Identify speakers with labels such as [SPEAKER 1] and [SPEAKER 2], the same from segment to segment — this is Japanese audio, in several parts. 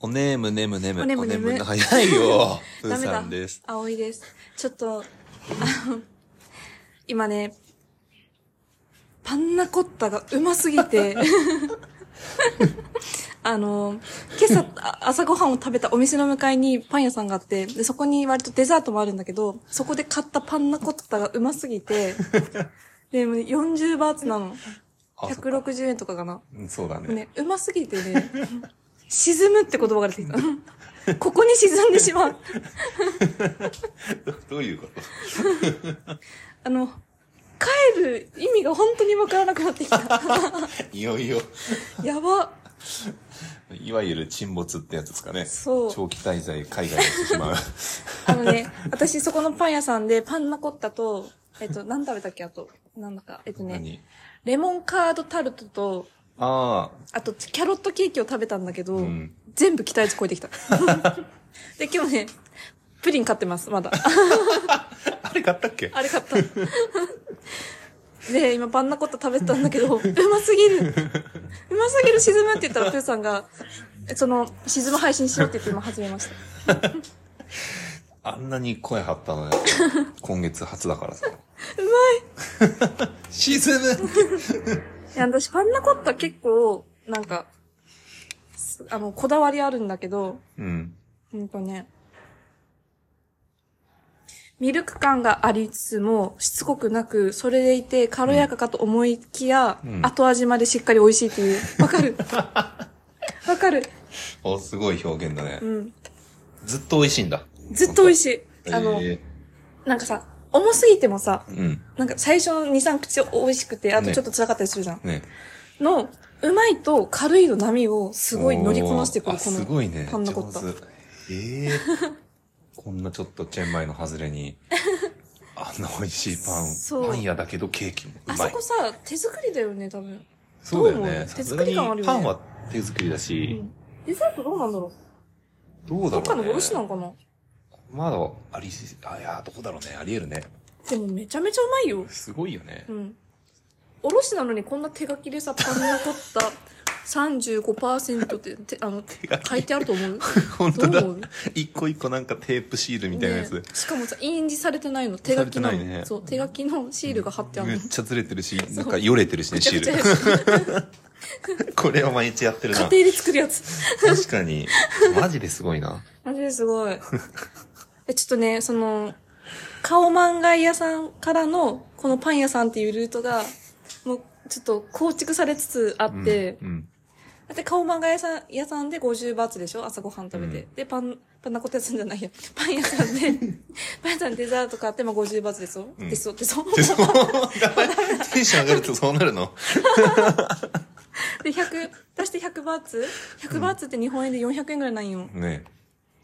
[SPEAKER 1] おねむねむねむ。
[SPEAKER 2] おねむねむ
[SPEAKER 1] お早い よ。ふ
[SPEAKER 2] ダ
[SPEAKER 1] ー
[SPEAKER 2] メ
[SPEAKER 1] さ
[SPEAKER 2] だ
[SPEAKER 1] んです。。
[SPEAKER 2] 葵です。ちょっと、あの、今ね、パンナコッタがうますぎて、 あの、今朝、あ朝ごはんを食べたお店の向かいにパン屋さんがあって、でそこに割とデザートもあるんだけど、そこで買ったパンナコッタがうますぎて、で、もう40バーツなの。
[SPEAKER 1] あそっか
[SPEAKER 2] 160円とかかな。
[SPEAKER 1] うんそうだね。
[SPEAKER 2] ね、うますぎてね、沈むって言葉が出てきた。ここに沈んでしまう。
[SPEAKER 1] どういうこと
[SPEAKER 2] あの、帰る意味が本当にわからなくなってきた。
[SPEAKER 1] いよいよ、
[SPEAKER 2] やば。
[SPEAKER 1] いわゆる沈没ってやつですかね。
[SPEAKER 2] そう
[SPEAKER 1] 長期滞在、海外にしてしまう。
[SPEAKER 2] あのね、私そこのパン屋さんでパンナコッタと、えっと、何食べたっけあと、なんだか、えっと ね、
[SPEAKER 1] 何
[SPEAKER 2] レモンカードタルトと、
[SPEAKER 1] あ
[SPEAKER 2] あと、キャロットケーキを食べたんだけど、
[SPEAKER 1] ん
[SPEAKER 2] 全部期待値超えてきた。 で、今日ね、プリン買ってます、まだ。
[SPEAKER 1] あ。あれ買ったっけ
[SPEAKER 2] あれ買った。で、今パンナコッタ食べてたんだけど、うますぎる。うますぎる沈むって言ったら、プーさんが、えその、沈む配信しようって言って今始めました。
[SPEAKER 1] あんなに声張った のよ。今月初だからさ。うまい沈 む
[SPEAKER 2] いや、私パンナコッタ結構、なんか、すあの、こだわりあるんだけど、
[SPEAKER 1] うん。
[SPEAKER 2] うんとね、ミルク感がありつつも、しつこくなく、それでいて軽やかかと思いきや、
[SPEAKER 1] ん
[SPEAKER 2] 後味までしっかり美味しいっていう。わ かるわかる
[SPEAKER 1] お、すごい表現だね
[SPEAKER 2] う。ん。
[SPEAKER 1] ずっと美味しいんだ。
[SPEAKER 2] ずっと美味しい。あの、
[SPEAKER 1] え
[SPEAKER 2] なんかさ、重すぎてもさ、
[SPEAKER 1] ーうん。
[SPEAKER 2] なんか最初の2、3口美味しくて、あとちょっと辛かったりするじゃん。
[SPEAKER 1] ね。
[SPEAKER 2] の、うまいと軽いの波をすごい乗りこなしてく
[SPEAKER 1] おー
[SPEAKER 2] る、
[SPEAKER 1] あ
[SPEAKER 2] この。
[SPEAKER 1] すごいね。
[SPEAKER 2] パンナコッタ
[SPEAKER 1] 上手ええ こんなちょっとチェンマイの外れ に、あんな美味しいパ
[SPEAKER 2] そ
[SPEAKER 1] ン、
[SPEAKER 2] う
[SPEAKER 1] パン屋だけどケーキもう
[SPEAKER 2] あ
[SPEAKER 1] ま
[SPEAKER 2] そ
[SPEAKER 1] い
[SPEAKER 2] こ。さ、手作りだよね、多分。
[SPEAKER 1] そうだよ
[SPEAKER 2] どう思
[SPEAKER 1] ね。
[SPEAKER 2] う手作り感あるよね
[SPEAKER 1] さすがにパンは手作りだし、
[SPEAKER 2] うんデザートどうなんだろ
[SPEAKER 1] どう
[SPEAKER 2] うど
[SPEAKER 1] だ
[SPEAKER 2] っか
[SPEAKER 1] ろ
[SPEAKER 2] の
[SPEAKER 1] う、ね。
[SPEAKER 2] 卸なのかな
[SPEAKER 1] まだあり、あ、いや、どこだろうね。あり得るね。
[SPEAKER 2] でもめちゃめちゃうまいよ。
[SPEAKER 1] すごいよね
[SPEAKER 2] う。ん。卸なのにこんな手書きでさ、パンナコッ タ35%って、てあの、書いてあると思う
[SPEAKER 1] 本当だ
[SPEAKER 2] どう思う。
[SPEAKER 1] 一個一個なんかテープシールみたいなやつ。
[SPEAKER 2] ねしかもさ、印字されてないの。手書きの。
[SPEAKER 1] されてないね
[SPEAKER 2] そう、手書きのシールが貼ってあ
[SPEAKER 1] め
[SPEAKER 2] る
[SPEAKER 1] っ
[SPEAKER 2] の。
[SPEAKER 1] ちゃずれてるし、なんかよれてるしね、
[SPEAKER 2] めちゃ
[SPEAKER 1] シ
[SPEAKER 2] くちゃ
[SPEAKER 1] ー
[SPEAKER 2] や
[SPEAKER 1] ル。
[SPEAKER 2] る
[SPEAKER 1] これを毎日やってる
[SPEAKER 2] 家庭
[SPEAKER 1] な。
[SPEAKER 2] で作るやつ。
[SPEAKER 1] 確かに。マジですごいな。
[SPEAKER 2] マジですごい。え、ちょっとね、その、顔漫画屋さんからの、このパン屋さんっていうルートが、もう、ちょっと構築されつつあって、
[SPEAKER 1] うんうん。
[SPEAKER 2] だって顔漫画屋さん、屋さんで50バーツでしょ朝ごはん食べて。
[SPEAKER 1] う
[SPEAKER 2] で、パン、パンなことやつじゃないや。 パン屋さんで、 パン屋さんでデザート買って、まあ50バーツですよ。
[SPEAKER 1] うん
[SPEAKER 2] ですよ、ですよ。
[SPEAKER 1] で、そう、テンション上がるとそうなるの
[SPEAKER 2] で、100、出して100バーツ ?100 バーツって日本円で400円ぐらいなんよ。
[SPEAKER 1] ね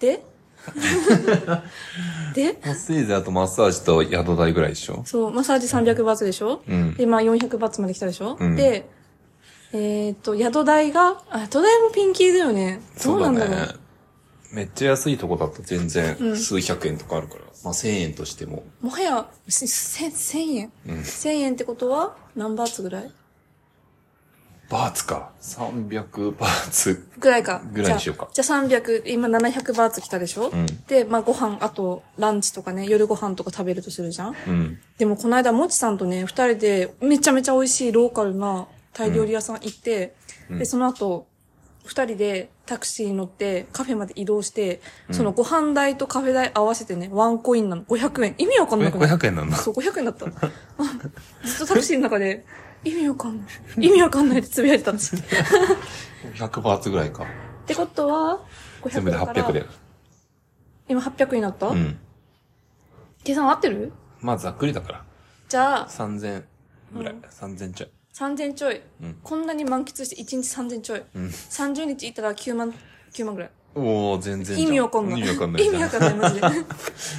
[SPEAKER 2] でで
[SPEAKER 1] マッセージあとマッサージと宿代ぐらいでしょ
[SPEAKER 2] そう、マッサージ300バーツでしょ、
[SPEAKER 1] うん
[SPEAKER 2] で、まあ400バーツまで来たでしょ、
[SPEAKER 1] うん
[SPEAKER 2] で、えっ、と、宿代が、あ、宿代もピンキーだよね。どうなんだろう。
[SPEAKER 1] ね。めっちゃ安いとこだと全
[SPEAKER 2] う
[SPEAKER 1] 然
[SPEAKER 2] ん
[SPEAKER 1] 数百円とかあるから。まあ1000円としても。
[SPEAKER 2] もはや、せせ1000円。
[SPEAKER 1] うん
[SPEAKER 2] 1000円ってことは何バーツぐらい
[SPEAKER 1] バーツか。300バーツ。
[SPEAKER 2] ぐらいか。
[SPEAKER 1] ぐらいにしようか
[SPEAKER 2] じゃあじゃあ300、今700バーツ来たでしょ、
[SPEAKER 1] うん
[SPEAKER 2] で、まあご飯、あとランチとかね、夜ご飯とか食べるとするじゃん
[SPEAKER 1] うん。
[SPEAKER 2] でもこの間、もちさんとね、二人でめちゃめちゃ美味しいローカルなタイ料理屋さん行って、
[SPEAKER 1] うん
[SPEAKER 2] で、その後、二人でタクシーに乗ってカフェまで移動して、そのご飯代とカフェ代合わせてね、ワンコインなの。500円。意味わかん
[SPEAKER 1] え
[SPEAKER 2] なくない
[SPEAKER 1] 500円なんだ。
[SPEAKER 2] そう、500円だった。 あずっとタクシーの中で、意味わかんない。意味わかんないってつぶやいてたんですよ。っ
[SPEAKER 1] 100バーツぐらいか。
[SPEAKER 2] てことは、500
[SPEAKER 1] 全部で
[SPEAKER 2] だから
[SPEAKER 1] 800で。
[SPEAKER 2] 今800になった、
[SPEAKER 1] うん。
[SPEAKER 2] 計算合ってる
[SPEAKER 1] まあざっくりだから。
[SPEAKER 2] じゃあ、
[SPEAKER 1] 3000ぐらい。
[SPEAKER 2] うん
[SPEAKER 1] 3000ちょい。
[SPEAKER 2] 3000ちょい、
[SPEAKER 1] うん
[SPEAKER 2] こんなに満喫して1日3000ちょい。
[SPEAKER 1] ん
[SPEAKER 2] 30日行ったら9万、9万ぐらい。
[SPEAKER 1] おー、全然じゃ
[SPEAKER 2] 意味わかんない。
[SPEAKER 1] 意味わかんない
[SPEAKER 2] 意
[SPEAKER 1] じゃん。
[SPEAKER 2] 味わかんない、マジで。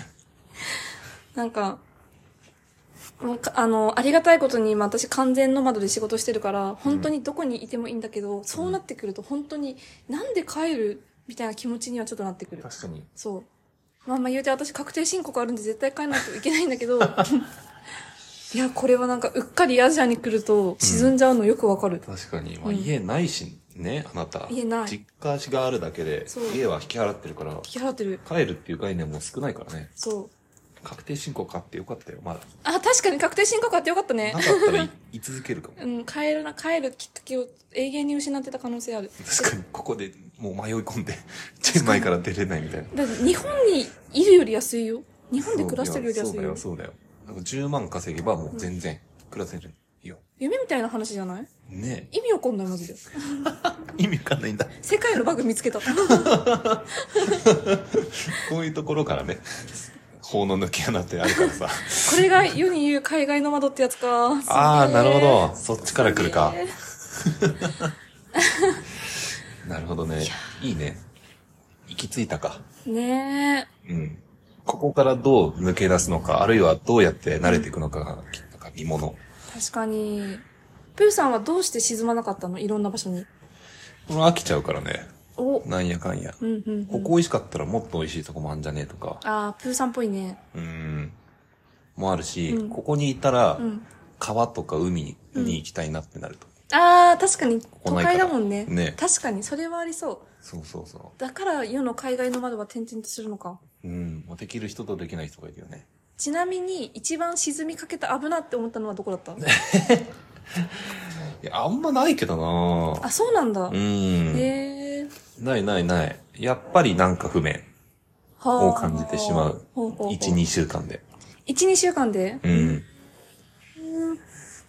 [SPEAKER 2] なんか、もうかあの、ありがたいことに今私完全ノマドで仕事してるから、本当にどこにいてもいいんだけど、そうなってくると本当になんで帰るみたいな気持ちにはちょっとなってくる。
[SPEAKER 1] 確かに。
[SPEAKER 2] そう。まあまあ言うて私確定申告あるんで絶対帰らないといけないん だけど、いや、これはなんかうっかりアジアに来ると沈んじゃうのよくわかる。
[SPEAKER 1] 確かに。まあ、
[SPEAKER 2] うん
[SPEAKER 1] 家ないしね、ね、あなた。
[SPEAKER 2] 家ない
[SPEAKER 1] 実家足があるだけで
[SPEAKER 2] そう、
[SPEAKER 1] 家は引き払ってるから、
[SPEAKER 2] 引き払ってる。
[SPEAKER 1] 帰るっていう概念も少ないからね。
[SPEAKER 2] そう。
[SPEAKER 1] 確定申告買ってよかったよ、まだ。
[SPEAKER 2] あ、確かに確定申告あってよかったね
[SPEAKER 1] な。かったらい 居続けるかも。
[SPEAKER 2] うん、帰るな、帰るきっかけを永遠に失ってた可能性ある。
[SPEAKER 1] 確かに、ここでもう迷い込んで、 チェンマイから出れないみたいな。
[SPEAKER 2] だって日本にいるより安いよ。日本で暮らしてるより安い
[SPEAKER 1] そうだ
[SPEAKER 2] よ
[SPEAKER 1] よ、。そうだよ。なんか10万稼げばもう全然暮らせるよ。
[SPEAKER 2] 夢みたいな話じゃない
[SPEAKER 1] ね
[SPEAKER 2] 意味わかんないマジで。
[SPEAKER 1] え。意味わかんないんだ。
[SPEAKER 2] 世界のバグ見つけた。
[SPEAKER 1] こういうところ からね、法の抜け穴ってあるからさ。
[SPEAKER 2] これが世に言う海外の窓ってやつか。
[SPEAKER 1] ああ、なるほ
[SPEAKER 2] ど。
[SPEAKER 1] ど。そっちから来るか。なるほどね。いいね。行き着いたか。
[SPEAKER 2] ね
[SPEAKER 1] うん。ここからどう抜け出すのか、あるいはどうやって慣れていくのかが、きっと見もの。
[SPEAKER 2] え、確かに。プーさんはどうして沈まなかったのいろんな場所に。
[SPEAKER 1] これ飽きちゃうからね。
[SPEAKER 2] お、
[SPEAKER 1] なんやかんや。
[SPEAKER 2] うんうん、う
[SPEAKER 1] こ
[SPEAKER 2] ん。
[SPEAKER 1] こ美味しかったらもっと美味しいとこもあんじゃねえとか。
[SPEAKER 2] あープーさんっぽいね。
[SPEAKER 1] うん。もあるし、
[SPEAKER 2] うん
[SPEAKER 1] ここにいたら
[SPEAKER 2] うん、
[SPEAKER 1] 川とか海に,、行きたいなってなると。
[SPEAKER 2] ああ、確かに、
[SPEAKER 1] こ
[SPEAKER 2] 都
[SPEAKER 1] ないから
[SPEAKER 2] 会だもんね。
[SPEAKER 1] ね
[SPEAKER 2] 確かに、それはありそう。
[SPEAKER 1] そうそうそ
[SPEAKER 2] だから世の海外の窓は点々とするのか。
[SPEAKER 1] う。うん。もうできる人とできない人がいるよね。
[SPEAKER 2] ちなみに、一番沈みかけた危なって思ったのはどこだった
[SPEAKER 1] いや、あんまないけどな
[SPEAKER 2] あ、そうなんだ
[SPEAKER 1] う。ん。
[SPEAKER 2] へえ。
[SPEAKER 1] ないないない。やっぱりなんか不明
[SPEAKER 2] は
[SPEAKER 1] を感じてしまう。1、。2週間で。
[SPEAKER 2] 1、2週間で
[SPEAKER 1] うん。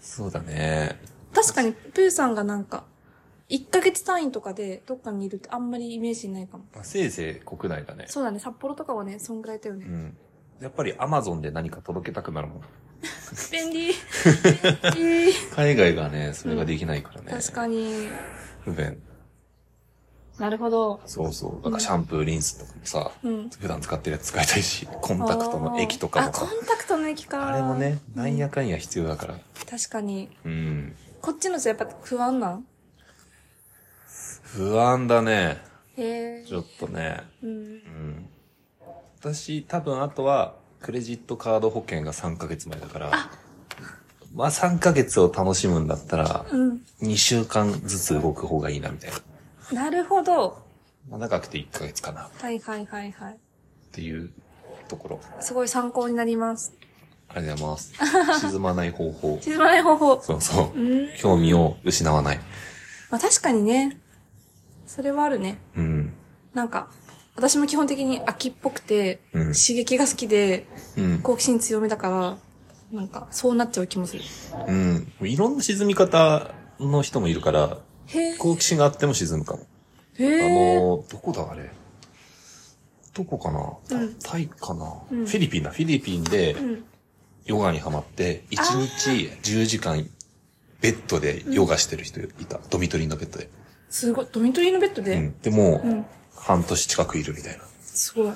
[SPEAKER 1] そうだね。
[SPEAKER 2] 確かに、プーさんがなんか、1ヶ月単位とかでどっかにいるってあんまりイメージないかも。
[SPEAKER 1] まあ、せいぜい国内だね。
[SPEAKER 2] そうだね、札幌とかはね、そんぐらいだよ
[SPEAKER 1] う
[SPEAKER 2] ね。
[SPEAKER 1] ん。やっぱりアマゾンで何か届けたくなるもん。
[SPEAKER 2] 便利便 利
[SPEAKER 1] 海外がね、それができないからね。
[SPEAKER 2] 確かに。
[SPEAKER 1] 不便。
[SPEAKER 2] なるほど。
[SPEAKER 1] そうそう。だからシャンプー、リンスとかもさ、
[SPEAKER 2] うん
[SPEAKER 1] 普段使ってるやつ使いたいし、コンタクトの液とか
[SPEAKER 2] あ
[SPEAKER 1] も
[SPEAKER 2] ーあ、
[SPEAKER 1] さ
[SPEAKER 2] コ。ンタクトの液か。
[SPEAKER 1] あれもね、なんやかんや必要だから。
[SPEAKER 2] 確かに。
[SPEAKER 1] うん。
[SPEAKER 2] こっちの人やっぱ不安なん
[SPEAKER 1] 不安だね。
[SPEAKER 2] へえ。
[SPEAKER 1] ちょっとね。
[SPEAKER 2] うん
[SPEAKER 1] う。ん。私、多分あとは、クレジットカード保険が3ヶ月前だから、まあ3ヶ月を楽しむんだったら、
[SPEAKER 2] うん。
[SPEAKER 1] 2週間ずつ動く方がいいな、みたいな。
[SPEAKER 2] なるほど。
[SPEAKER 1] まあ長くて1ヶ月かな、っ
[SPEAKER 2] はいはいはいはい。
[SPEAKER 1] ていうところ。
[SPEAKER 2] すごい参考になります。
[SPEAKER 1] ありがとうござい ます。沈まない方法。
[SPEAKER 2] 沈まない方法。
[SPEAKER 1] そうそう
[SPEAKER 2] う。ん。
[SPEAKER 1] 興味を失わない。
[SPEAKER 2] まあ確かにね。それはあるね。
[SPEAKER 1] うん。
[SPEAKER 2] なんか、私も基本的に秋っぽくて、
[SPEAKER 1] うん
[SPEAKER 2] 刺激が好きで、
[SPEAKER 1] うん。
[SPEAKER 2] 好奇心強めだから、なんか、そうなっちゃう気もする。
[SPEAKER 1] うん。いろんな沈み方の人もいるから、
[SPEAKER 2] へえ。
[SPEAKER 1] 好奇心があっても沈むかも。あ
[SPEAKER 2] へえ。
[SPEAKER 1] の、どこだあれどこかな、
[SPEAKER 2] うん
[SPEAKER 1] タイかな、
[SPEAKER 2] うん
[SPEAKER 1] フィリピンだ。フィリピンで
[SPEAKER 2] うん。
[SPEAKER 1] ヨガにハマって、1日10時間ベッドでヨガしてる人いた。ドミトリーのベッドで。
[SPEAKER 2] すごい。ドミトリーのベッド
[SPEAKER 1] う
[SPEAKER 2] で
[SPEAKER 1] ん。でも、
[SPEAKER 2] うん
[SPEAKER 1] 半年近くいるみたいな
[SPEAKER 2] すごい。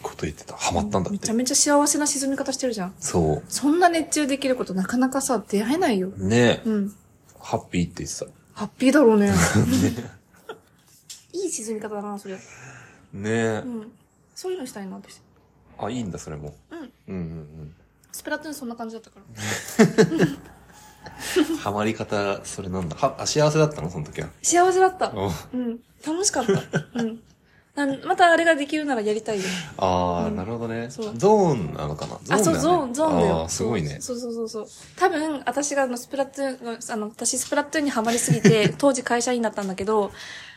[SPEAKER 1] こと言ってた。ハマったんだっ
[SPEAKER 2] めち
[SPEAKER 1] て
[SPEAKER 2] ゃ。めちゃ幸せな沈み方してるじゃん。
[SPEAKER 1] そ
[SPEAKER 2] そんな熱中できることなかなかさ、出会えないよ。
[SPEAKER 1] う。ね、
[SPEAKER 2] うん。
[SPEAKER 1] ハッピーって言ってた。
[SPEAKER 2] ハッピーだろ うね。いい沈み方だな、それ。
[SPEAKER 1] ね
[SPEAKER 2] うん。そういうのしたいな、私。
[SPEAKER 1] あ、いいんだ、それも。
[SPEAKER 2] うん。
[SPEAKER 1] うんうん
[SPEAKER 2] スプラトゥーンそんな感じだったから。
[SPEAKER 1] うん。ハマり方、それなんだ。は、あ、幸せだったのその時は。
[SPEAKER 2] 幸せだった。
[SPEAKER 1] お
[SPEAKER 2] うん。楽しかった。うん。なんまたあれができるならやりたいよ。
[SPEAKER 1] あー、
[SPEAKER 2] うん
[SPEAKER 1] なるほどね。ゾ
[SPEAKER 2] そう
[SPEAKER 1] ーンなのかな
[SPEAKER 2] あ、
[SPEAKER 1] だ
[SPEAKER 2] そう、
[SPEAKER 1] ね
[SPEAKER 2] ゾーン、ゾーンだ
[SPEAKER 1] あ
[SPEAKER 2] よ
[SPEAKER 1] ー。すごいね。
[SPEAKER 2] そうそうそうそう。多分、私があの、スプラトゥーンの、あの、私スプラトゥーンにハマりすぎ て、当時会社員だったんだけど、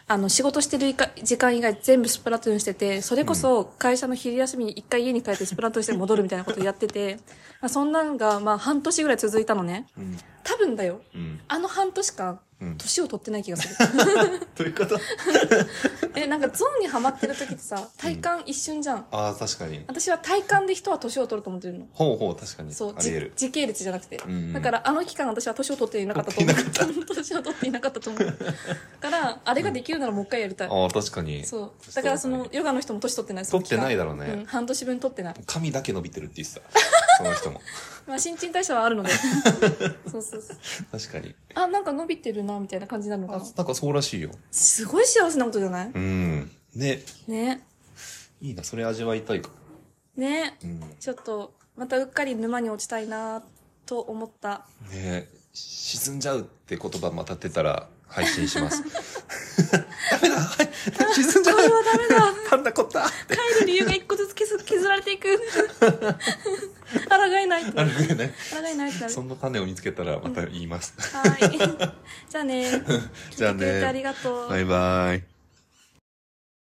[SPEAKER 2] あの、仕事してるいか時間以外全部スプラトゥーンしてて、それこそ会社の昼休みに一回家に帰ってスプラトゥーンして戻るみたいなことやってて、まあ、そんなんが、まあ、半年ぐらい続いたのね。
[SPEAKER 1] うん。
[SPEAKER 2] 多分だよ。
[SPEAKER 1] うん。
[SPEAKER 2] あの半年間、
[SPEAKER 1] うん
[SPEAKER 2] 年を取ってない気がす る。
[SPEAKER 1] ということ
[SPEAKER 2] え、なんかゾーンにハマってる時ってさ、体感一瞬じゃん。
[SPEAKER 1] ああ、確かに。
[SPEAKER 2] 私は体感で人は年を取ると思ってるの。
[SPEAKER 1] ほうほう、確かに。
[SPEAKER 2] そう、
[SPEAKER 1] あり
[SPEAKER 2] じ
[SPEAKER 1] 得る。
[SPEAKER 2] 時系列じゃなくて。
[SPEAKER 1] んうん
[SPEAKER 2] だから、あの期間私は年を取っていなかったと思う。年を取っていなかったと思う。だから、あれができるならもう一回やりたい。
[SPEAKER 1] ああ、確かに。
[SPEAKER 2] そう。だから、その、ヨガの人も年取ってない。その期間
[SPEAKER 1] 取ってないだろうね
[SPEAKER 2] うん、半年分取ってない。
[SPEAKER 1] 髪だけ伸びてるって言って た。その人も。
[SPEAKER 2] まあ、新陳代謝はある ので。そうそうそう。
[SPEAKER 1] 確かに。
[SPEAKER 2] あ、なんか伸びてるな、みたいな感じになるのか
[SPEAKER 1] あ
[SPEAKER 2] な。
[SPEAKER 1] なんかそうらしいよ。
[SPEAKER 2] すごい幸せなことじゃない
[SPEAKER 1] うん。ね。
[SPEAKER 2] ね。
[SPEAKER 1] いいな、それ味わいたいか。
[SPEAKER 2] ね。
[SPEAKER 1] うん。ね
[SPEAKER 2] ちょっと、またうっかり沼に落ち たいな、と思った。
[SPEAKER 1] 沈んじゃうって言葉また出たら、配信します。 ダメだはい沈んじゃう
[SPEAKER 2] これはダメだ
[SPEAKER 1] パンダコッタ
[SPEAKER 2] 帰る理由が一個ずつ削削られていく抗えないっ て
[SPEAKER 1] あ
[SPEAKER 2] 抗
[SPEAKER 1] るよね。
[SPEAKER 2] えないってな る
[SPEAKER 1] そんな種を見つけたらまた言います。
[SPEAKER 2] はい じゃあね
[SPEAKER 1] じゃあね
[SPEAKER 2] 聞いてくれてありがとう
[SPEAKER 1] バイバイ。